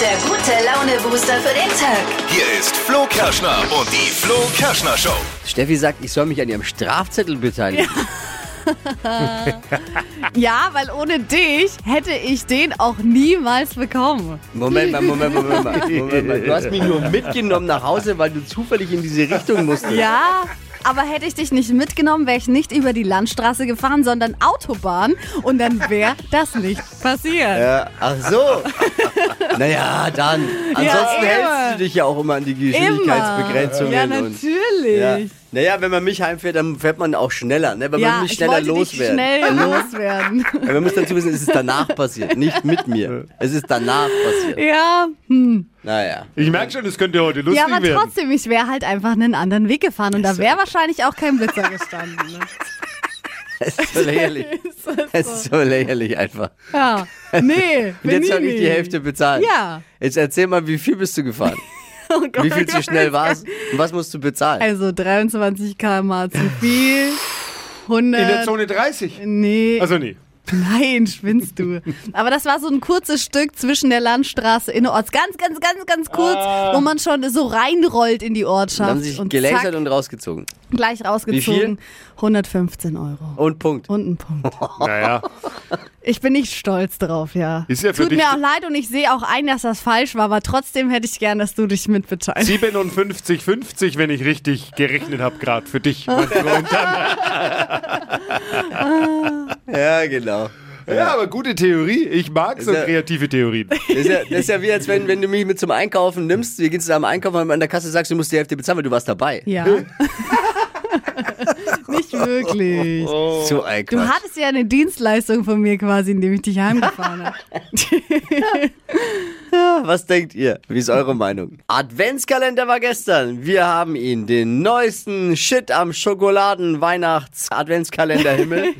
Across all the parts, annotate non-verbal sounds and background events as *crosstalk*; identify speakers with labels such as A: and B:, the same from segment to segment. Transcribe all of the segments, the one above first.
A: Der gute Laune-Booster für den Tag.
B: Hier ist Flo Kerschner und die Flo Kerschner Show.
C: Steffi sagt, ich soll mich an ihrem Strafzettel beteiligen.
D: Ja, weil ohne dich hätte ich den auch niemals bekommen.
C: Moment mal, Moment mal, Moment mal, Moment mal. Du hast
D: *laughs*
C: mich nur mitgenommen nach Hause, weil du zufällig in diese Richtung musstest.
D: Ja, aber hätte ich dich nicht mitgenommen, wäre ich nicht über die Landstraße gefahren, sondern Autobahn. Und dann wäre das nicht passiert.
C: Ja, ach so. Naja, dann. Ansonsten
D: eben.
C: hältst du dich ja auch immer an die Geschwindigkeitsbegrenzungen.
D: Ja,
C: und, ja.
D: natürlich.
C: Naja, wenn man mich heimfährt, dann fährt man auch schneller, ne? wenn man
D: Ja,
C: nicht
D: ich
C: schneller
D: wollte
C: los
D: dich
C: wird.
D: schnell loswerden.
C: *laughs* Ja, Man muss dazu wissen, es ist danach passiert, nicht mit mir. Es ist danach passiert.
D: Ja, hm.
C: Naja.
E: Ich merke schon, es könnte heute lustig
D: ja, aber
E: werden.
D: trotzdem, ich wäre halt einfach einen anderen Weg gefahren und da wäre wahrscheinlich auch kein Blitzer gestanden.
C: *laughs*
D: Ne?
C: Es ist so
D: *laughs*
C: lächerlich. Es ist so lächerlich einfach.
D: Ja, nee.
C: Und jetzt soll ich die Hälfte bezahlen.
D: Ja. Oh
C: Jetzt erzähl mal, wie viel bist
D: *laughs*
C: du gefahren? Wie viel zu schnell war es? Und was musst du bezahlen?
D: Also 23 km zu viel. 100.
E: In der Zone 30.
D: Nee,
E: Also nee.
D: nein, spinnst du. Aber das war so ein kurzes Stück zwischen der Landstraße innerorts. Ganz, ganz, ganz, ganz kurz,
E: Ah.
D: wo man schon so reinrollt in die
C: Dann
D: Ortschaft.
C: haben sie sich
D: und
C: gelasert
D: zack,
C: und rausgezogen.
D: gleich rausgezogen. 115 Euro.
C: Und Punkt.
D: Und ein Punkt.
E: Naja.
D: Ich bin nicht stolz drauf, ja.
E: Ist ja für
D: Tut
E: dich-
D: mir auch leid und ich sehe auch ein, dass das falsch war, aber trotzdem hätte ich gern, dass du dich mitbeteiligst.
E: 57,50, wenn ich richtig gerechnet habe, gerade für dich, mein Freund.
C: Ja, genau.
E: Ja, aber gute Theorie. Ich mag so
C: Ist ja-
E: kreative Theorien.
C: Das ist, ja, das ist ja wie, als wenn, wenn du mich mit zum Einkaufen nimmst. Wir gehen zusammen einkaufen und an der Kasse sagst, du musst die Hälfte bezahlen, weil du warst dabei.
D: Ja. *laughs* nicht wirklich.
C: So ein
D: Du
C: Quatsch.
D: hattest ja eine Dienstleistung von mir quasi, indem ich dich heimgefahren habe.
C: Was denkt ihr? Wie ist eure Meinung? Adventskalender war gestern. Wir haben ihn, den neuesten Shit am
D: *laughs*
C: Schokoladen-Weihnachts-Adventskalenderhimmel.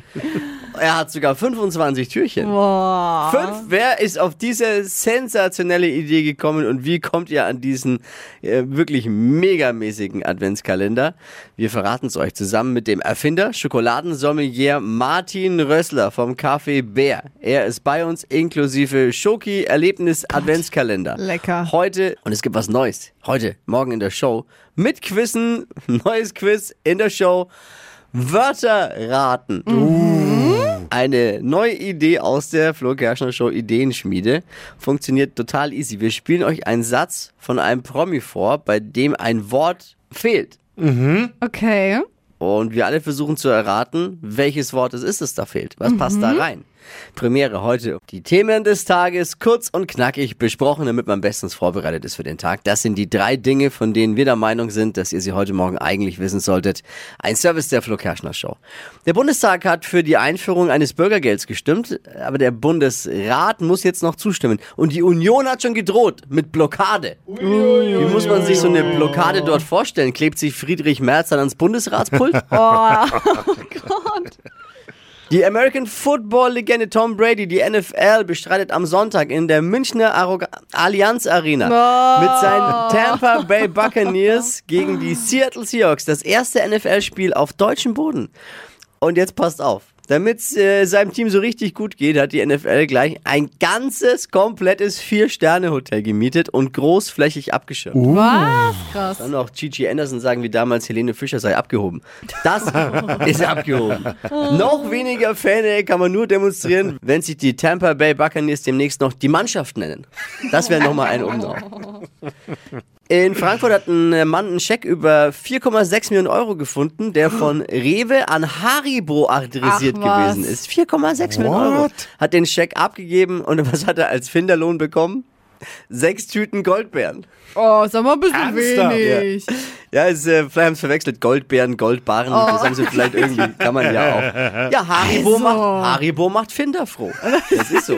C: er hat sogar 25 Türchen.
D: Boah.
C: Fünf. Wer ist auf diese sensationelle Idee gekommen und wie kommt ihr an diesen äh, wirklich megamäßigen Adventskalender? Wir verraten es euch zusammen mit dem Erfinder, Schokoladensommelier Martin Rössler vom Café Bär. Er ist bei uns inklusive Schoki Erlebnis Adventskalender.
D: lecker.
C: Heute und es gibt was Neues. Heute morgen in der Show mit Quizzen, *laughs* neues Quiz in der Show. Wörter raten. Uh. Eine neue Idee aus der Flo Kerschner Show Ideenschmiede. Funktioniert total easy. Wir spielen euch einen Satz von einem Promi vor, bei dem ein Wort fehlt.
D: Okay.
C: Und wir alle versuchen zu erraten, welches Wort es ist, das da fehlt. Was passt da rein? Premiere heute. Die Themen des Tages kurz und knackig besprochen, damit man bestens vorbereitet ist für den Tag. Das sind die drei Dinge, von denen wir der Meinung sind, dass ihr sie heute Morgen eigentlich wissen solltet. Ein Service der Flo Kerschner Show. Der Bundestag hat für die Einführung eines Bürgergelds gestimmt, aber der Bundesrat muss jetzt noch zustimmen. Und die Union hat schon gedroht mit Blockade. Wie muss man sich so eine Blockade dort vorstellen? Klebt sich Friedrich Merz dann ans Bundesratspult? Die American Football Legende Tom Brady, die NFL, bestreitet am Sonntag in der Münchner Arroga Allianz Arena mit seinen Tampa Bay Buccaneers gegen die Seattle Seahawks das erste NFL-Spiel auf deutschem Boden. Und jetzt passt auf. Damit es äh, seinem Team so richtig gut geht, hat die NFL gleich ein ganzes, komplettes Vier-Sterne-Hotel gemietet und großflächig abgeschirmt.
D: Was? Krass.
C: Dann auch Gigi Anderson sagen, wie damals Helene Fischer sei abgehoben. Das *laughs* ist abgehoben. Noch weniger Fan kann man nur demonstrieren, wenn sich die Tampa Bay Buccaneers demnächst noch die Mannschaft nennen. Das wäre nochmal ein Umdrauf. In Frankfurt hat ein Mann einen Scheck über 4,6 Millionen Euro gefunden, der von Rewe an Haribo adressiert
D: Ach, was.
C: gewesen ist. 4,6 Millionen Euro. Hat den Scheck abgegeben und was hat er als Finderlohn bekommen? Sechs Tüten Goldbeeren.
D: Oh, sag mal ein bisschen
E: Ernsthaft?
D: wenig.
C: Ja, es, äh, vielleicht haben sie verwechselt. Goldbären, Goldbarren. Das haben sie vielleicht irgendwie, kann man ja auch. Ja, Haribo,
D: Also.
C: macht, Haribo macht Finder froh. Das ist so.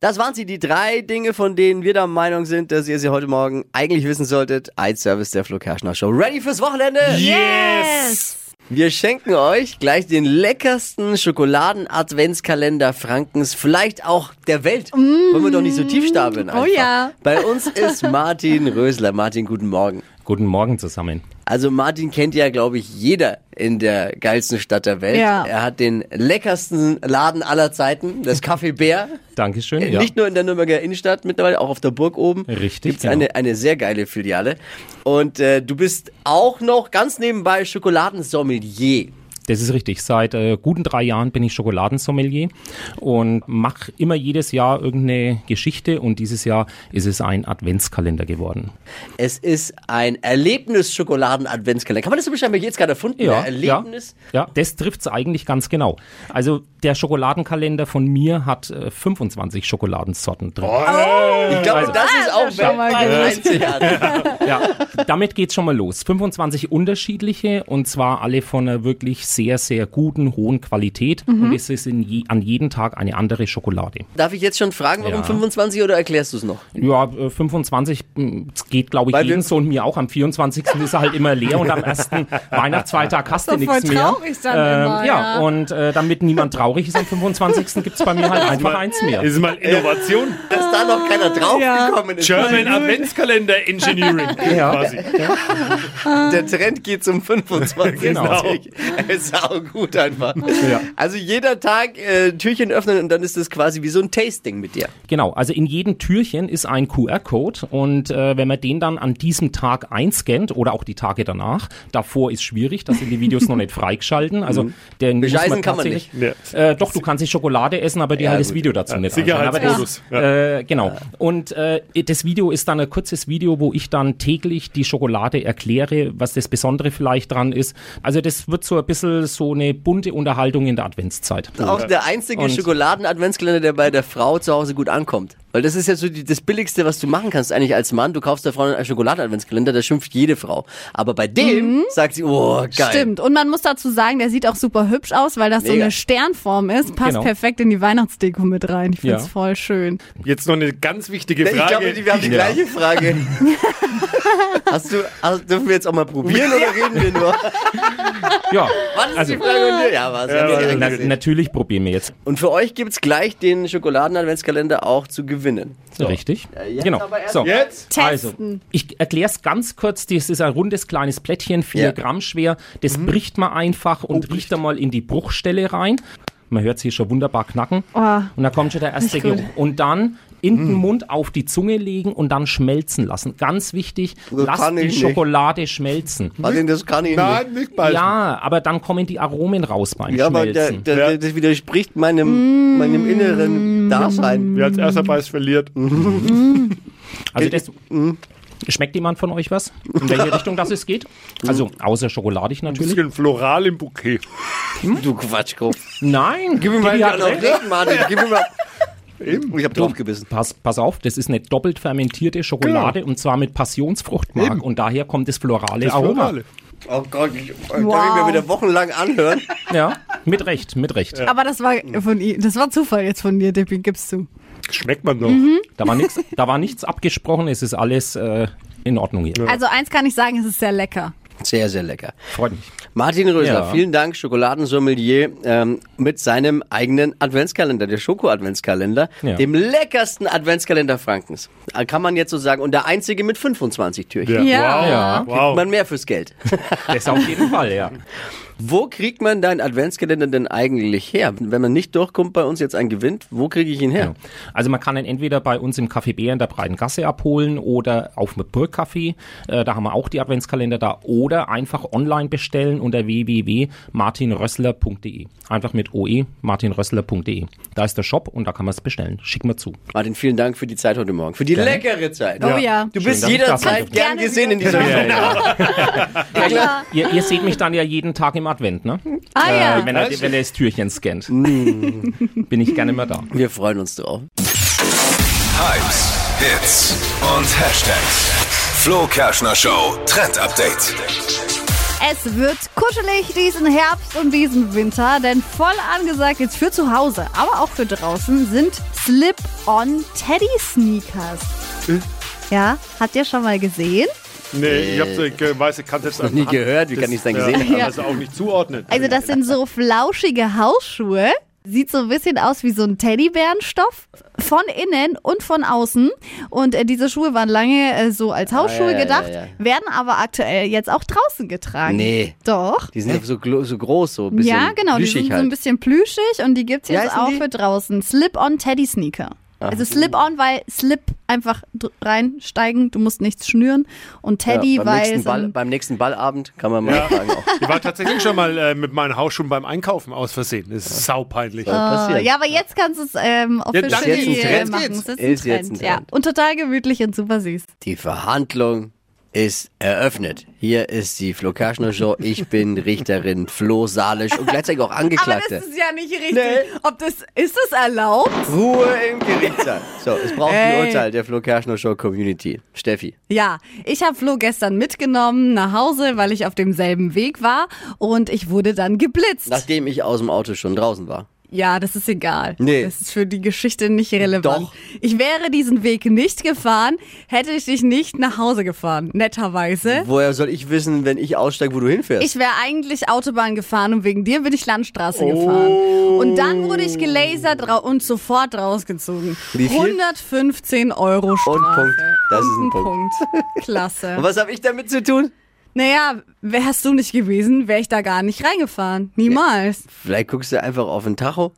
C: Das waren sie, die drei Dinge, von denen wir der Meinung sind, dass ihr sie heute Morgen eigentlich wissen solltet. Ein Service der Flo Kerschner Show. Ready fürs Wochenende?
E: Yes!
C: Wir schenken euch gleich den leckersten Schokoladen-Adventskalender Frankens, vielleicht auch der Welt. Wollen wir doch nicht so tief stapeln. Einfach.
D: Mm, oh ja.
C: Bei uns ist Martin Rösler. Martin, guten Morgen.
F: Guten Morgen zusammen.
C: Also Martin kennt ja, glaube ich, jeder in der geilsten Stadt der Welt.
D: Ja.
C: Er hat den leckersten Laden aller Zeiten, das Café Bär.
F: Dankeschön.
C: Äh, Nicht nur in der Nürnberger Innenstadt mittlerweile, auch auf der Burg oben.
F: Richtig,
C: Gibt es
F: genau.
C: eine, eine sehr geile Filiale. Und äh, du bist auch noch ganz nebenbei Schokoladensommelier.
F: Das ist richtig. Seit äh, guten drei Jahren bin ich Schokoladensommelier und mache immer jedes Jahr irgendeine Geschichte und dieses Jahr ist es ein Adventskalender geworden.
C: Es ist ein Erlebnis-Schokoladen-Adventskalender. Kann man das so beschreiben? Jetzt gerade erfunden.
F: Ja,
C: ein Erlebnis.
F: Ja, ja das trifft's eigentlich ganz genau. Also der Schokoladenkalender von mir hat äh, 25 Schokoladensorten drin.
C: Oh. Ich glaube,
F: Also-
C: das ist auch
D: schon mal
C: weltweit
D: gehört.
C: einzigartig.
F: Ja, damit geht's schon mal los. 25 unterschiedliche und zwar alle von einer wirklich sehr, sehr guten, hohen Qualität
C: Mhm.
F: und es ist in je, an jedem Tag eine andere Schokolade.
C: Darf ich jetzt schon fragen, warum
F: Ja.
C: 25 oder erklärst du es noch?
F: Ja, äh, 25, mh, es geht glaube ich
C: Weil wir-
F: jedem so und mir auch. Am 24.
C: *laughs*
F: ist er halt immer leer und am ersten Weihnachtsfeiertag hast du
D: doch voll
F: nichts mehr.
D: traurig dann
F: Ähm,
D: immer,
F: ja,
D: ja.
F: und äh, damit niemand traurig ist, am 25. gibt's bei mir halt einfach eins mehr.
E: Ist mal Innovation.
C: Dass da noch keiner draufgekommen ist.
E: German Adventskalender Engineering. Quasi.
C: Der Trend geht zum 25. *laughs*
F: Genau.
C: Es ist auch gut einfach.
F: Ja.
C: Also jeder Tag äh, Türchen öffnen und dann ist das quasi wie so ein Tasting mit dir.
F: Genau, also in jedem Türchen ist ein QR-Code und äh, wenn man den dann an diesem Tag einscannt oder auch die Tage danach, davor ist schwierig, da sind die Videos noch nicht freigeschalten. Also den muss
C: Bescheißen
F: man
C: kann man
F: tatsächlich-
E: nicht.
F: Äh, doch, du kannst die Schokolade essen, aber dir halt das
C: gut.
F: Video dazu nicht anschauen. Aber
E: Sicherheitsmodus.
F: das-
E: Ja.
F: äh, genau. Und äh, das Video ist dann ein kurzes Video, wo ich dann täglich die Schokolade erkläre, was das Besondere vielleicht dran ist. Also das wird so ein bisschen so eine bunte Unterhaltung in der Adventszeit.
C: Auch der einzige
F: Und-
C: Schokoladen-Adventskalender, der bei der Frau zu Hause gut ankommt. Weil das ist ja so die, das Billigste, was du machen kannst eigentlich als Mann. Du kaufst der Frau einen Schokoladen-Adventskalender, da schimpft jede Frau. Aber bei dem sagt sie, oh, geil.
D: Stimmt. Und man muss dazu sagen, der sieht auch super hübsch aus, weil das so
C: Mega.
D: eine Sternform ist. Passt
F: Genau.
D: perfekt in die Weihnachtsdeko mit rein. Ich finde es
F: Ja.
D: voll schön.
E: Jetzt noch eine ganz wichtige Frage.
C: Ich glaube, die- wir haben die gleiche
F: *laughs*
C: Frage. Hast du, hast, dürfen wir jetzt auch mal probieren oder reden wir nur?
F: Also- Ja.
C: Was ist
F: Also-
C: die Frage? Und wir- Ja, was? Ja,
E: warte,
F: Na,
C: ja,
F: natürlich probieren wir jetzt.
C: und für euch gibt's gleich den Schokoladen-Adventskalender auch zu gewinnen.
F: Richtig?
C: jetzt
F: genau.
C: aber erst
F: So.
E: Jetzt?
F: Also, ich erkläre es ganz kurz. Das ist ein rundes kleines Plättchen, 4
C: Ja. Mhm. Oh,
F: Gramm schwer. Das bricht man einfach und riecht da mal in die Bruchstelle rein. Man hört es hier schon wunderbar knacken.
D: Oh.
F: Und da kommt schon der erste
D: Nicht gut.
F: Geruch. Und dann in
C: Mhm.
F: den Mund auf die Zunge legen und dann schmelzen lassen. Ganz wichtig,
C: Das
F: lasst
C: kann
F: die
C: ich nicht.
F: Schokolade schmelzen.
C: Martin, das kann ich nicht.
E: Nein, nicht beißen.
F: Ja, aber dann kommen die Aromen raus beim
C: Ja, aber der,
F: Schmelzen.
C: der,
E: Ja.
C: der, das widerspricht meinem, meinem
F: Mm.
C: inneren Dasein.
E: Wer als erster Beiß verliert.
F: Also das,
C: Mhm.
F: schmeckt jemand von euch was? In welche Richtung das es geht? Also außer schokoladig
E: Ein
F: natürlich.
E: bisschen floral im Bouquet.
C: Du Quatschkopf.
F: Nein,
C: Gib mir mal
F: Didi hat
C: noch
F: recht.
C: reden, Martin. Gib mir mal. Ich hab draufgebissen.
F: Pass, pass auf, das ist eine doppelt fermentierte Schokolade und zwar mit Passionsfruchtmark und daher kommt das florale Aroma.
E: Florale.
C: Oh Gott, ich, darf ich mir wieder wochenlang anhören.
F: Ja, mit Recht, mit Recht.
D: Aber das war von ihr, das war Zufall jetzt von dir, Dippi, gibst du.
E: Schmeckt man noch.
F: Da war nichts, da war nichts abgesprochen, es ist alles äh, in Ordnung hier.
D: Also eins kann ich sagen, es ist sehr lecker.
C: Sehr, sehr lecker.
F: Freut mich.
C: Martin Rösler,
F: Ja.
C: vielen Dank, Schokoladensommelier, ähm, mit seinem eigenen Adventskalender, der Schoko-Adventskalender,
F: Ja.
C: dem leckersten Adventskalender Frankens. Äh, Kann man jetzt so sagen. Und der einzige mit 25 Türchen.
D: Ja.
F: Ja.
E: Wow. wow.
C: Man mehr fürs Geld.
F: Das auf jeden Fall, ja.
C: Wo kriegt man deinen Adventskalender denn eigentlich her? Wenn man nicht durchkommt bei uns jetzt ein gewinnt, wo kriege ich ihn her?
F: Genau. Also man kann ihn entweder bei uns im Café Bär in der Breiten Gasse abholen oder auf dem Burgcafé, äh, da haben wir auch die Adventskalender da, oder einfach online bestellen unter www.martinrössler.de. Einfach mit oe, martinrössler.de. Da ist der Shop und da kann man es bestellen. Schick mir zu.
C: Martin, vielen Dank für die Zeit heute Morgen. Für die leckere Zeit.
D: Oh ja.
C: Du bist
F: dass ich da sein
C: jederzeit
F: durfte.
C: gern
D: Gerne
C: gesehen in dieser Show.
F: Ihr, ihr seht mich dann ja jeden Tag im Advent, ne?
D: Ah ja.
F: Wenn er, wenn er das Türchen scannt. Bin ich gerne immer da.
C: Wir freuen uns drauf.
B: Hypes, Hits und Hashtags. Flo Kerschner Show Trend Update.
D: Es wird kuschelig diesen Herbst und diesen Winter, denn voll angesagt jetzt für zu Hause, aber auch für draußen sind Slip-on Teddy Sneakers.
C: Äh?
D: Ja, habt ihr schon mal gesehen?
E: Nee, ich, hab's, ich äh, weiß, ich kann es jetzt einfach
C: nie gehört, wie kann ich's denn gesehen
E: haben? Ja, also auch nicht zuordnen.
D: Also das sind so flauschige Hausschuhe. Sieht so ein bisschen aus wie so ein Teddybärenstoff von innen und von außen. Und äh, diese Schuhe waren lange äh, so als Hausschuhe
C: Ah, ja, ja,
D: gedacht,
C: ja, ja.
D: werden aber aktuell jetzt auch draußen getragen.
C: Nee.
D: Doch.
C: Die sind ja so, glo- so groß, so ein bisschen
D: ja, genau, die
C: plüschig
D: sind so ein
C: halt.
D: bisschen plüschig und die gibt's
C: Wie
D: jetzt
C: heißen
D: auch
C: die? Ah.
D: für draußen. Slip-on Teddy Sneaker. Also Slip-on, weil Slip einfach dr- reinsteigen, du musst nichts schnüren. Und Teddy,
C: ja, beim,
D: weil.
C: nächsten
D: so ein-
C: Ball, beim nächsten Ballabend kann man mal fragen. Auch.
D: *laughs*
E: Ich war tatsächlich schon mal äh, mit meinen Hausschuhen beim Einkaufen aus Versehen. Das ist saupeinlich.
D: Ah,
C: Passiert.
D: ja, aber jetzt kannst du es ähm,
E: Ja, das ist
D: officially
C: jetzt ein
D: äh,
C: Trend.
D: machen.
E: Jetzt
D: Das
C: Ist jetzt ein
D: Ja.
C: Trend.
D: Und total gemütlich und super süß.
C: Die Verhandlung ist eröffnet. Hier ist die Flo Kerschner Show. Ich bin Richterin Flo Salisch und gleichzeitig auch
D: Aber
C: Angeklagte.
D: das ist ja nicht richtig.
C: Nee.
D: Ob das, ist das erlaubt?
C: Ruhe im Gerichtssaal.
D: *laughs*
C: So, es braucht ein
D: Ey.
C: Urteil der Flo Kerschner Show Community. Steffi.
D: Ja, ich habe Flo gestern mitgenommen nach Hause, weil ich auf demselben Weg war und ich wurde dann geblitzt.
C: Nachdem ich aus dem Auto schon draußen war.
D: Ja, das ist egal.
C: Nee.
D: Das ist für die Geschichte nicht relevant.
C: Doch.
D: Ich wäre diesen Weg nicht gefahren, hätte ich dich nicht nach Hause gefahren, netterweise.
C: Woher soll ich wissen, wenn ich aussteige, wo du hinfährst?
D: Ich wäre eigentlich Autobahn gefahren und wegen dir bin ich Landstraße
C: Oh.
D: gefahren. Und dann wurde ich gelasert ra- und sofort rausgezogen.
C: Wie viel?
D: 115 Euro Strafe.
C: Und Punkt. Das ist ein
D: Und
C: Punkt.
D: Klasse.
C: *laughs* und was habe ich damit zu tun?
D: Naja, wärst du nicht gewesen, wäre ich da gar nicht reingefahren. Niemals.
C: Vielleicht guckst du einfach auf den Tacho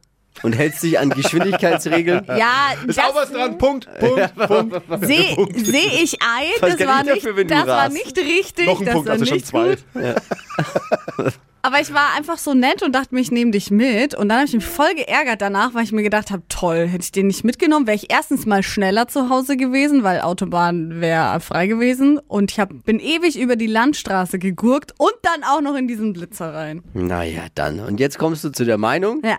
C: und hältst dich
D: *laughs*
C: an Geschwindigkeitsregeln.
D: Ja,
E: ist auch was
D: *laughs*
E: dran. Punkt, Punkt, Punkt.
D: Sehe seh ich ein,
C: Was
D: das,
C: kann
D: war,
C: ich dafür, wenn
D: nicht,
C: du
D: das war
C: rast?
D: nicht richtig.
E: Noch ein
D: das
E: Punkt,
D: war
E: also schon
D: nicht
E: zwei.
D: gut. Aber ich war einfach so nett und dachte mir, ich nehme dich mit. Und dann habe ich mich voll geärgert danach, weil ich mir gedacht habe, toll, hätte ich den nicht mitgenommen, wäre ich erstens mal schneller zu Hause gewesen, weil Autobahn wäre frei gewesen. Und ich hab, bin ewig über die Landstraße gegurkt und dann auch noch in diesen Blitzer rein.
C: Naja, dann. Und jetzt kommst du zu der Meinung,
D: Ja,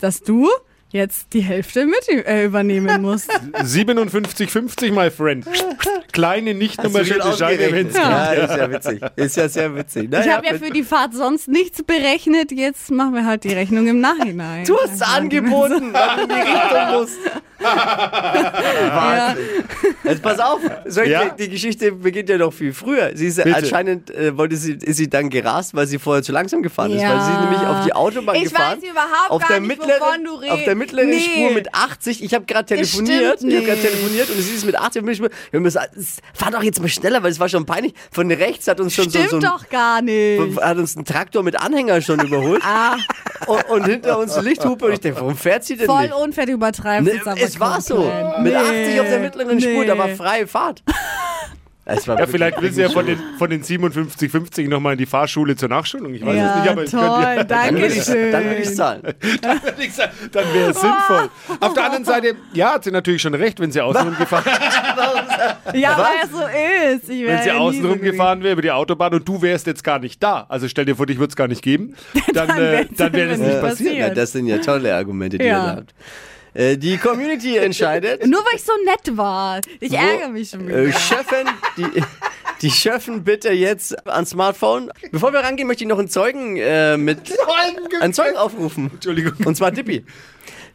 D: dass du jetzt die Hälfte mit äh, übernehmen musst.
E: *laughs* 57,50, my friend.
D: *laughs*
E: Kleine, nicht nummerierte Scheine im Hintergrund.
C: Ja, ist ja witzig. Ist ja sehr witzig.
D: Ich
C: Naja,
D: habe ja für die Fahrt sonst nichts berechnet. Jetzt machen wir halt die Rechnung im Nachhinein. Also,
C: du
D: *laughs*
C: hast es angeboten, weil du in die Richtung musst. Wahnsinn. Jetzt Also pass auf, soll ich
E: Ja?
C: die, die Geschichte beginnt ja noch viel früher. Sie ist ja
E: Bitte.
C: anscheinend äh, wollte sie, ist sie dann gerast, weil sie vorher zu langsam gefahren ist,
D: Ja.
C: weil sie nämlich auf die Autobahn
D: Ich
C: gefahren.
D: weiß überhaupt
C: auf
D: gar
C: der
D: nicht,
C: mittleren,
D: wovon du redest.
C: Auf der mittleren
D: Nee.
C: Spur mit 80. Ich habe gerade
D: Das stimmt
C: telefoniert, ich habe gerade
D: nicht.
C: telefoniert und sie ist mit 80 auf der mittleren Spur. Wir müssen, fahr doch jetzt mal schneller, weil es war schon peinlich. Von rechts hat uns schon so,
D: Stimmt
C: so ein
D: doch gar nicht. Ah.
C: hat uns ein Traktor mit Anhänger schon überholt. und, und hinter uns eine Lichthupe. Und ich denke, warum fährt sie denn
D: Voll
C: nicht?
D: unfair übertreiben.
C: Ne, es war so. Mit 80 auf der mittleren Spur, da war freie Fahrt. *laughs* Es war
E: Ja,
C: wirklich-
E: vielleicht will sie ja von den, von den 57, 50 nochmal in die Fahrschule zur Nachschulung. Also, Ich weiß es
D: Ja,
E: nicht, aber ich könnte
D: toll,
C: Dann
D: danke
C: würde ich,
D: schön.
C: dann würd ich zahlen.
E: ja, *laughs* dann wäre es sinnvoll. Auf der anderen Seite, ja, hat sie natürlich schon recht, wenn
D: *laughs*
E: sie außenrum gefahren,
D: Ja, weil es so ist. Ich
E: wenn
D: wär
E: sie
D: ja nie so
E: außenrum
D: gewesen.
E: gefahren wäre über die Autobahn und du wärst jetzt gar nicht da. Also stell dir vor, dich würde es gar nicht geben.
D: *laughs*
E: Dann,
D: Dann
E: äh,
D: wär's- *laughs*
E: dann wäre es
D: dann
E: nicht
D: wär's-
E: passiert.
D: passiert.
C: Ja, das sind ja tolle Argumente, die
D: Ja.
C: ihr da habt. Äh, die
D: *laughs*
C: Community entscheidet.
D: Nur weil ich so nett war. Ich ärgere mich schon wieder.
C: Äh, Chefen, die, die Chefen bitte jetzt ans Smartphone. Bevor wir rangehen, möchte ich noch einen Zeugen äh, mit. Einen Zeugen aufrufen.
E: Entschuldigung.
C: Und zwar Dippy.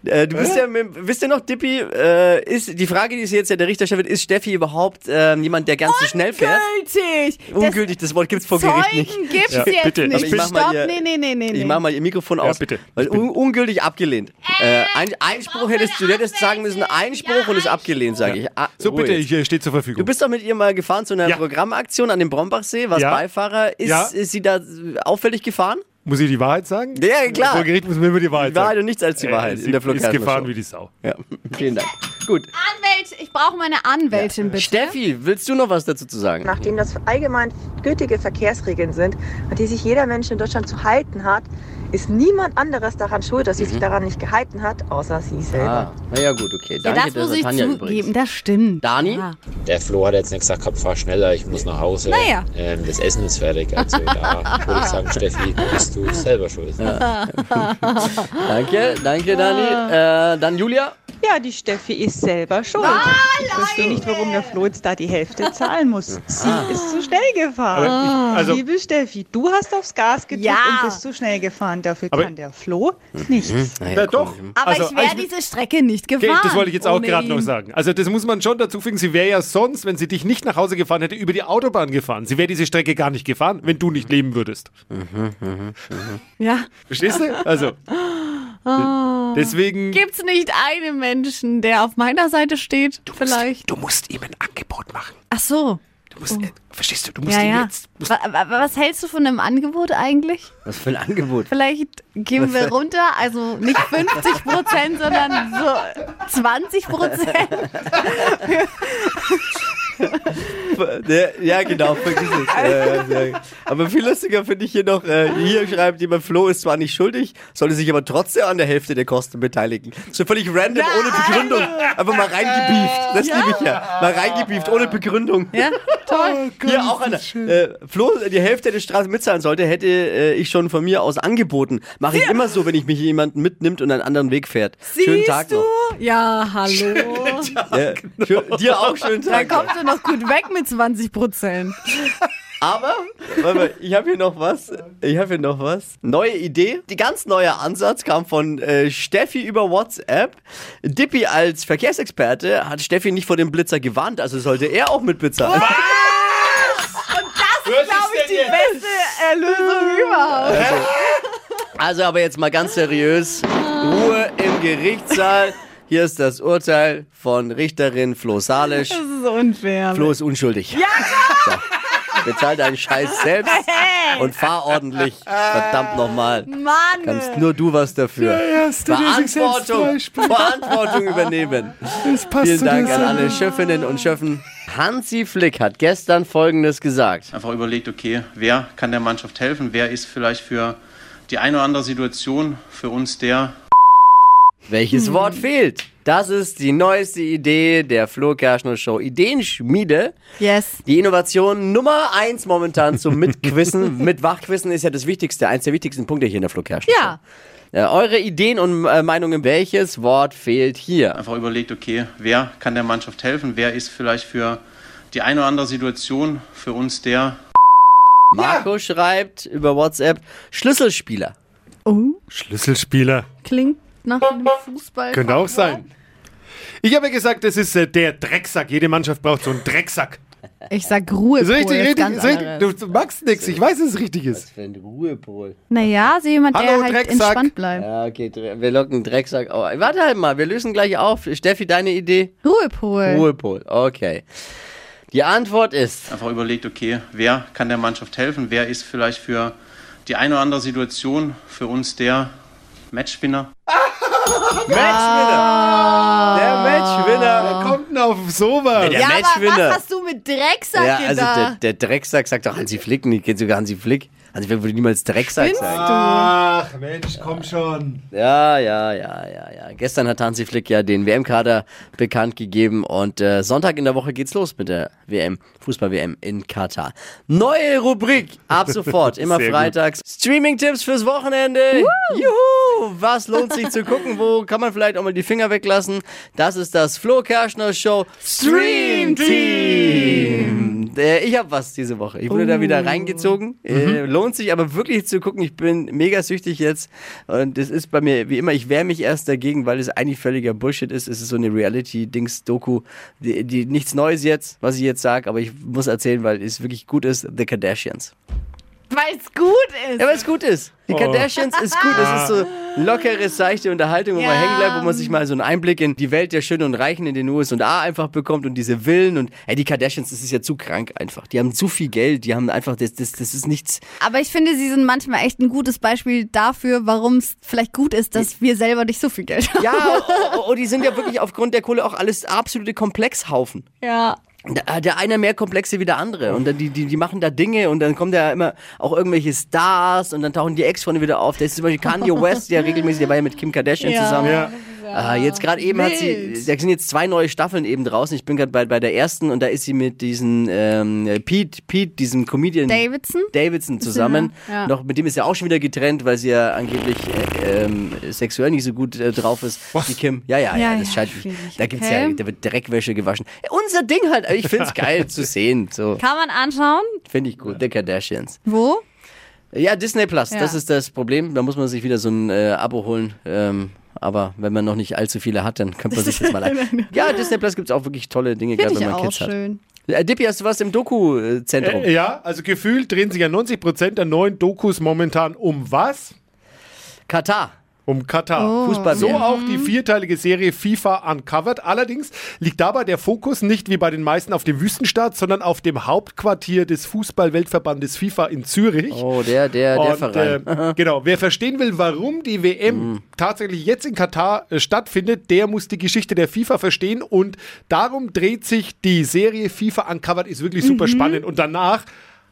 C: Äh, du bist ja, mit- wisst ihr noch, Dippy, äh, ist, die Frage, die ist jetzt ja der Richter stellt, ist Steffi überhaupt ähm, jemand, der ganz so schnell fährt?
D: Gültig.
C: Ungültig, das Wort gibt's vor
D: Das
C: Gericht nicht.
D: Oh Zeugen gibt's
E: Ja,
D: jetzt
E: bitte.
D: nicht.
E: Aber ich mach
C: mal
D: Stopp,
C: hier-
D: nee, nee, nee, nee.
C: Ich
D: nee.
C: mach mal ihr Mikrofon aus.
E: bitte.
C: Weil un ungültig abgelehnt. Äh, ein Einspruch hättest du, du hättest sagen müssen, Einspruch und ist abgelehnt, sage ich. Ah,
E: So,
C: Ruhe
E: bitte,
C: jetzt.
E: ich äh, stehe zur Verfügung.
C: Du bist doch mit ihr mal gefahren zu einer
E: Ja.
C: Programmaktion an dem Brombachsee, warst
E: Ja.
C: Beifahrer. Ist,
E: Ja.
C: ist sie da auffällig gefahren?
E: muss ich die Wahrheit sagen?
C: Ja, klar.
E: Vor Gericht müssen wir über die Wahrheit
C: Die Wahrheit
E: sagen.
C: und nichts als die Wahrheit
E: Äh,
C: in der
E: sie ist
C: Flughafen.
E: gefahren wie die Sau.
C: Ja, *laughs* vielen Dank. Gut.
D: Anwält, ich brauche meine Anwältin bitte.
C: Steffi, willst du noch was dazu zu sagen?
G: Nachdem das allgemein gültige Verkehrsregeln sind, an die sich jeder Mensch in Deutschland zu halten hat, ist niemand anderes daran schuld, dass sie sich daran nicht gehalten hat, außer sie selber.
C: Ah, naja, gut, okay.
D: ja,
C: Danke,
D: das muss
C: der
D: ich
C: Tanja
D: zugeben, *laughs*
C: übrigens.
D: das stimmt.
C: Dani?
D: Ja.
H: Der Flo hat jetzt nicht gesagt, komm, fahr schneller, ich muss nach Hause.
D: Naja.
H: Ähm, das Essen ist fertig. Also da würde ich sagen, Steffi, bist du selber schuld.
C: Danke, danke, Dani. Äh, dann Julia.
I: Ja, die Steffi ist selber schuld.
E: Ah,
I: ich verstehe nicht, warum der Flo jetzt da die Hälfte zahlen muss. Sie ist zu schnell
D: Ah,
E: Ah. Aber ich,
I: gefahren.
E: also,
I: Liebe Steffi, du hast aufs Gas gedrückt
D: Ja.
I: und bist zu schnell gefahren. Dafür
E: Aber- Mhm.
I: kann der Flo nichts.
E: ja, doch.
D: Aber
E: also,
D: ich wäre
E: eigentlich-
D: diese Strecke nicht
E: Okay,
D: gefahren. oh
E: das wollte ich jetzt auch
D: ohne
E: gerade noch
D: ihn.
E: sagen. Also das muss man schon dazu fügen, sie wäre ja sonst, wenn sie dich nicht nach Hause gefahren hätte, über die Autobahn gefahren. Sie wäre diese Strecke gar nicht gefahren, wenn du nicht leben würdest.
D: Ja.
E: Verstehst du? Also,
D: Ah.
E: Deswegen.
D: Gibt's nicht einen Menschen, der auf meiner Seite steht? vielleicht.
E: Du musst ihm ein Angebot machen.
D: Ach so.
E: Du musst, äh, verstehst du, du musst
D: Oh. Ja,
E: ihm
D: ja.
E: jetzt.
D: Was, was hältst du von einem Angebot eigentlich?
C: Was für ein Angebot.
D: Vielleicht gehen wir runter, also
E: *laughs*
D: nicht 50 Prozent, sondern so 20
E: *laughs*
D: Prozent.
C: Ja, genau, vergiss es. Äh, ja. aber viel lustiger finde ich hier noch, äh, hier schreibt jemand, Flo ist zwar nicht schuldig, sollte sich aber trotzdem an der Hälfte der Kosten beteiligen. So völlig random, ohne Begründung. Einfach mal reingebieft. Das liebe ich ja. Mal reingebieft, ohne Begründung.
D: Ja,
E: Oh
D: toll.
C: Hier auch einer. Äh, Flo, die Hälfte der Straße mitzahlen sollte, hätte äh, ich schon von mir aus angeboten. Mache ich immer so, wenn ich mich jemanden mitnimmt und einen anderen Weg fährt. schönen
D: Siehst
C: Tag
D: du? genau.
C: noch.
D: Ja, hallo.
C: Ja, schö- dir auch schönen
D: Da
C: Tag. noch.
D: kommst du noch gut weg mit 20 Prozent.
C: Aber, warte mal, ich habe hier noch was. Ich habe hier noch was. Neue Idee. Die ganz neue Ansatz kam von äh, Steffi über WhatsApp. Dippi als Verkehrsexperte hat Steffi nicht vor dem Blitzer gewarnt, also sollte er auch mit Blitzer.
E: Was ist denn jetzt?
D: Beste Erlösung überhaupt.
C: Also aber jetzt mal ganz seriös. Ruhe im Gerichtssaal. Hier ist das Urteil von Richterin Flo Salisch.
I: Das ist unfair.
C: Flo ist unschuldig. Ja! So. Bezahl deinen Scheiß selbst und fahr ordentlich. Verdammt nochmal.
D: Mann.
C: Kannst nur du was dafür. Verantwortung, Verantwortung übernehmen. Vielen Dank an alle Chefinnen und Chefen. Hansi Flick hat gestern Folgendes gesagt.
J: einfach überlegt, okay, wer kann der Mannschaft helfen, wer ist vielleicht für die eine oder andere Situation für uns der
C: Welches Wort fehlt? Das ist die neueste Idee der Flo Kerschner Show Ideenschmiede.
D: Yes.
C: Die Innovation Nummer eins momentan zum Mitquissen. Mit Wachquissen ist ja das Wichtigste, eins der wichtigsten Punkte hier in der Flo Kerschner Show.
D: Ja.
C: Äh, eure Ideen und äh, Meinungen, welches Wort fehlt hier?
J: einfach überlegt, okay, wer kann der Mannschaft helfen, wer ist vielleicht für die eine oder andere Situation für uns der
C: Marco schreibt über WhatsApp Schlüsselspieler.
D: Oh,
E: Schlüsselspieler.
D: klingt nach einem Fußball.
E: Könnte auch sein. Ich habe ja gesagt, das ist äh, der Drecksack. Jede Mannschaft braucht so einen Drecksack.
D: Ich sag Ruhe.
E: Ist richtig,
D: ist
E: richtig,
D: ganz
E: ist richtig.
D: anderes.
E: Du, du magst nichts. Ich weiß, dass es richtig ist.
C: für ein Ruhepol.
D: Naja, so jemand, der
E: Hallo,
D: halt
E: Drecksack.
D: entspannt bleibt.
C: Ja, okay, Dre- wir locken Drecksack. Oh, warte halt mal, wir lösen gleich auf. Steffi, deine Idee?
D: Ruhepol.
C: Ruhepol, okay. Die Antwort ist,
J: einfach überlegt, okay, wer kann der Mannschaft helfen, wer ist vielleicht für die eine oder andere Situation für uns der Matchspinner.
C: Matchwinner. Der Matchwinner.
E: Wer kommt denn auf sowas?
C: Der
D: Ja, aber
C: Matchwinner.
D: was hast du mit Drecksack
C: Ja, also
D: gedacht?
C: der, der Drecksack sagt doch Hansi Flick nicht. Kennt sogar Hansi Flick. Hansi Flick würde niemals Drecksack sagen.
E: Ach, Mensch, komm schon.
C: Ja, ja, ja, ja, ja. Gestern hat Hansi Flick ja den WM-Kader bekannt gegeben und äh, Sonntag in der Woche geht's los mit der WM, Fußball-WM in Katar. Neue Rubrik ab sofort, immer
E: Sehr gut.
C: freitags. Streaming-Tipps fürs Wochenende. Juhu! Was lohnt sich zu gucken? Wo kann man vielleicht auch mal die Finger weglassen? Das ist das Flo Kerschner Show Stream Team. Äh, ich habe was diese Woche. Ich wurde da wieder reingezogen. Äh, lohnt sich aber wirklich zu gucken. Ich bin mega süchtig jetzt. Und es ist bei mir wie immer, ich wehre mich erst dagegen, weil es eigentlich völliger Bullshit ist. Es ist so eine Reality-Dings-Doku. Die, die, nichts Neues jetzt, was ich jetzt sage, aber ich muss erzählen, weil es wirklich gut ist. The Kardashians.
D: Weil es gut ist.
C: Ja, weil es gut ist. Die Kardashians ist gut. Es ist so lockere, seichte Unterhaltung, wo man
D: Ja.
C: hängen bleibt, wo man sich mal so einen Einblick in die Welt der Schönen und Reichen in den USA einfach bekommt und diese Villen und ey, die Kardashians, das ist ja zu krank einfach. Die haben zu viel Geld, die haben einfach, das, das, das ist nichts.
D: Aber ich finde, sie sind manchmal echt ein gutes Beispiel dafür, warum es vielleicht gut ist, dass wir selber nicht so viel Geld haben.
C: Ja, oh, oh, oh, die sind ja wirklich aufgrund der Kohle auch alles absolute Komplexhaufen.
D: Ja.
C: Da- ah, Der eine mehr Komplexe wie der andere. Und dann die, die, die machen da Dinge und dann kommen da immer auch irgendwelche Stars und dann tauchen die Ex-Freunde wieder auf. Da ist zum Beispiel
D: *laughs*
C: Kanye West, der regelmäßig, der war ja mit Kim Kardashian
D: Ja.
C: zusammen.
E: Ja.
C: Ah, jetzt gerade eben hat sie,
D: Wild.
C: da sind jetzt zwei neue Staffeln eben draußen. Ich bin gerade bei, bei der ersten und da ist sie mit diesem ähm, Pete, Pete, diesem Comedian
D: Davidson?
C: Davidson zusammen.
D: Ja, ja.
C: Noch mit dem ist ja auch schon wieder getrennt, weil sie ja angeblich äh, ähm, sexuell nicht so gut äh, drauf ist. Die Kim. Ja, ja, ja,
D: Ja,
C: das
D: ja,
C: scheint.
D: schwierig.
C: Da gibt's
D: Okay.
C: ja, da wird Dreckwäsche gewaschen. Ja, Unser Ding halt. Ich find's *laughs* geil zu sehen. So
D: Kann man anschauen.
C: finde ich gut. The Kardashians.
D: Wo?
C: Ja, Disney Plus,
D: Ja.
C: das ist das Problem. Da muss man sich wieder so ein äh, Abo holen. Ähm, aber wenn man noch nicht allzu viele hat, dann könnte man sich
D: *laughs*
C: das mal ein. Ja, Disney Plus gibt's auch wirklich tolle Dinge, gerade
D: Finde ich
C: wenn man
D: auch
C: Kids hat.
D: schön.
C: Äh, Dippi, hast du was im Doku-Zentrum?
E: Äh, ja, also gefühlt drehen sich ja 90% der neuen Dokus momentan um was?
C: Katar.
E: Um Katar.
C: Oh. Fußball-WM.
E: So auch die vierteilige Serie FIFA Uncovered. Allerdings liegt dabei der Fokus nicht wie bei den meisten auf dem Wüstenstaat, sondern auf dem Hauptquartier des Fußball-Weltverbandes FIFA in Zürich.
C: Oh, der, der, der Verein. *laughs* Mhm.
E: äh, genau, wer verstehen will, warum die WM tatsächlich jetzt in Katar äh, stattfindet, der muss die Geschichte der FIFA verstehen und darum dreht sich die Serie FIFA Uncovered, ist wirklich super
I: Mhm.
E: spannend und danach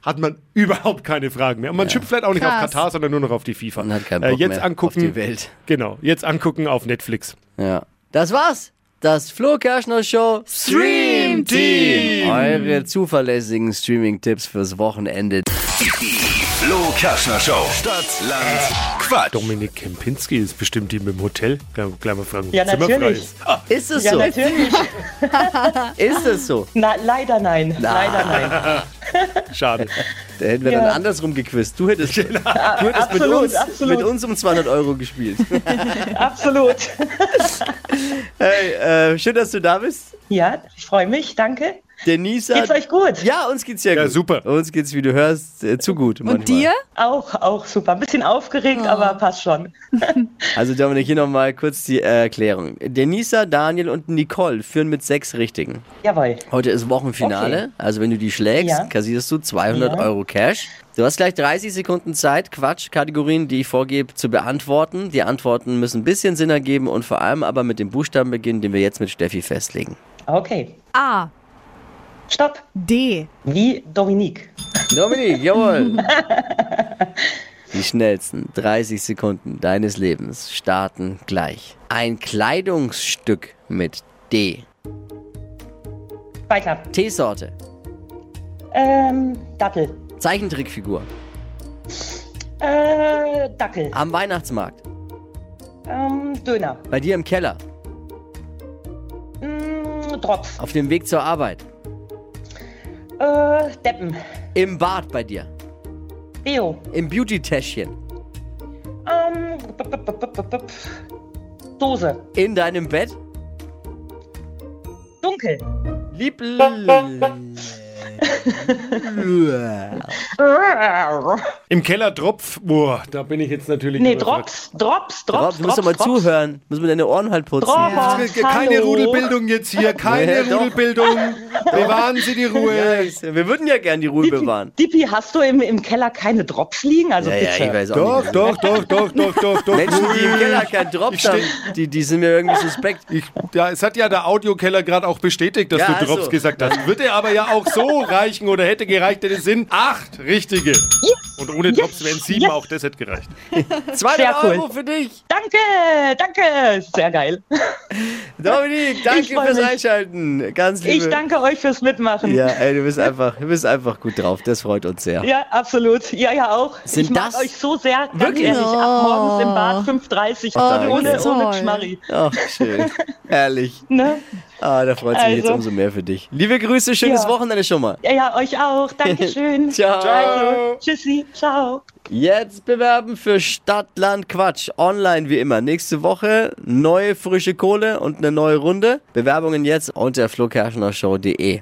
E: hat man *laughs* überhaupt keine Fragen mehr. Und man schimpft vielleicht auch nicht auf
D: Krass.
E: Katar, sondern nur noch auf die FIFA. Äh,
C: Man hat keinen Bock
E: jetzt
C: mehr
E: angucken,
C: auf die Welt.
E: Genau, jetzt angucken auf Netflix.
C: Ja. Das war's. Das Flo Kerschner Show Stream Team. Eure zuverlässigen Streaming-Tipps fürs Wochenende.
B: Die Flo Kerschner Show. Stadt, Land, Quatsch.
E: Dominik Kempinski ist bestimmt die mit dem Hotel. Gleich gleich mal fragen, ob
I: Ja,
E: das Zimmer frei
I: natürlich.
E: ist.
C: Ist es
I: Ja,
C: so?
I: natürlich.
C: Ist es so?
I: Na, leider nein. Leider nein.
C: *laughs*
E: Schade.
C: Da hätten wir dann andersrum gequizt. Du hättest, du hättest mit,
I: Genau. Absolut,
C: uns,
I: absolut.
C: mit uns um 200 Euro
I: *laughs*
C: gespielt.
I: Absolut.
C: hey, äh, schön, dass du da bist.
I: Ja, ich freue mich. Danke.
C: Denisa.
I: Geht's euch gut?
C: Ja, uns geht's ja,
E: Ja,
C: gut.
E: super.
C: Uns geht's, wie du hörst, äh, zu gut.
D: Und dir?
I: Auch, auch super. Ein bisschen aufgeregt,
D: Ah.
I: aber passt schon.
C: Also Dominik, hier nochmal kurz die äh, Erklärung. Denisa, Daniel und Nicole führen mit sechs Richtigen.
I: Jawohl.
C: Heute ist Wochenfinale. Also wenn du die schlägst,
I: Ja.
C: kassierst du 200
I: Ja.
C: Euro Cash. Du hast gleich 30 Sekunden Zeit, Quatschkategorien, die ich vorgebe, zu beantworten. Die Antworten müssen ein bisschen Sinn ergeben und vor allem aber mit dem Buchstaben beginnen, den wir jetzt mit Steffi festlegen.
I: Okay.
D: A.
I: Stopp.
D: D.
I: Wie Dominik.
C: Dominik,
I: *laughs*
C: jawohl. Die schnellsten 30 Sekunden deines Lebens starten gleich. Ein Kleidungsstück mit D.
I: Weiter.
C: Teesorte.
I: Ähm, Dattel.
C: Zeichentrickfigur.
I: Äh, Dackel.
C: Am Weihnachtsmarkt.
I: Ähm, Döner.
C: Bei dir im Keller.
I: Mm, Dropf.
C: Auf dem Weg zur Arbeit.
I: Äh, Deppen.
C: Im Bad bei dir.
I: Deo.
C: Im Beauty-Täschchen.
I: Ähm, b- b- b- b- b- b- Dose.
C: In deinem Bett. *laughs*
I: Dunkel.
C: Liebl.
E: Im Keller Tropf, boah, da bin ich jetzt natürlich.
I: Nee,
E: überfragt.
I: Drops, Drops, Drops,
C: Drops,
I: Drops.
C: musst du mal zuhören. Musst du deine Ohren halt putzen.
I: Drops,
E: Keine
I: hallo.
E: Rudelbildung jetzt hier,
C: *laughs*
E: keine
C: Nee, doch.
E: Rudelbildung.
C: *laughs*
E: Bewahren Sie die Ruhe.
C: Ja, ich- wir würden ja gern die Ruhe bewahren.
I: Dippi, hast du im, im Keller keine Drops liegen? Also
C: Ja, ja, ich
I: bitte.
C: weiß auch nicht.
E: Doch, doch, doch, doch, doch, doch, doch.
C: Menschen, die im Keller keinen
E: Ich
C: Drops
E: steh-
C: haben, die, die sind mir irgendwie suspekt.
I: *laughs*
E: Ich, ja, es hat ja der Audiokeller gerade auch bestätigt, dass
C: Ja,
E: du Drops
C: also.
E: gesagt hast. Würde er aber ja auch so reichen oder hätte gereicht, hätte es Sinn. Acht richtige. Und ohne Drops wären sieben,
I: Yes.
E: auch das hätte gereicht.
C: 200
I: Sehr cool.
C: Euro für dich.
I: Danke, danke. Sehr geil.
C: Dominik, danke
I: Ich freu
C: fürs
I: mich.
C: Einschalten. Ganz liebe.
I: Ich danke euch fürs Mitmachen.
C: Ja, ey, du bist einfach, du bist einfach gut drauf. Das freut uns sehr.
I: Ja, absolut. Ja, ja, auch.
C: Sind
I: ich mag
C: das-
I: euch so sehr. Ganz
C: Wirklich?
I: ehrlich, ab morgens im Bad 5.30
C: du
I: Uhr
C: bist
I: ohne,
D: toll.
I: ohne Schmarri.
C: Ach, schön. Herrlich.
I: Ne?
C: Ah, da freut sich mich jetzt
I: Also.
C: umso mehr für dich. Liebe Grüße, schönes
I: Ja.
C: Wochenende schon mal.
I: Ja, ja, euch auch. Dankeschön.
C: *laughs* Ciao.
I: Also, tschüssi. Ciao.
C: Jetzt bewerben für Stadtland Quatsch. Online wie immer. Nächste Woche neue frische Kohle und eine neue Runde. Bewerbungen jetzt unter flokerschnershow.de.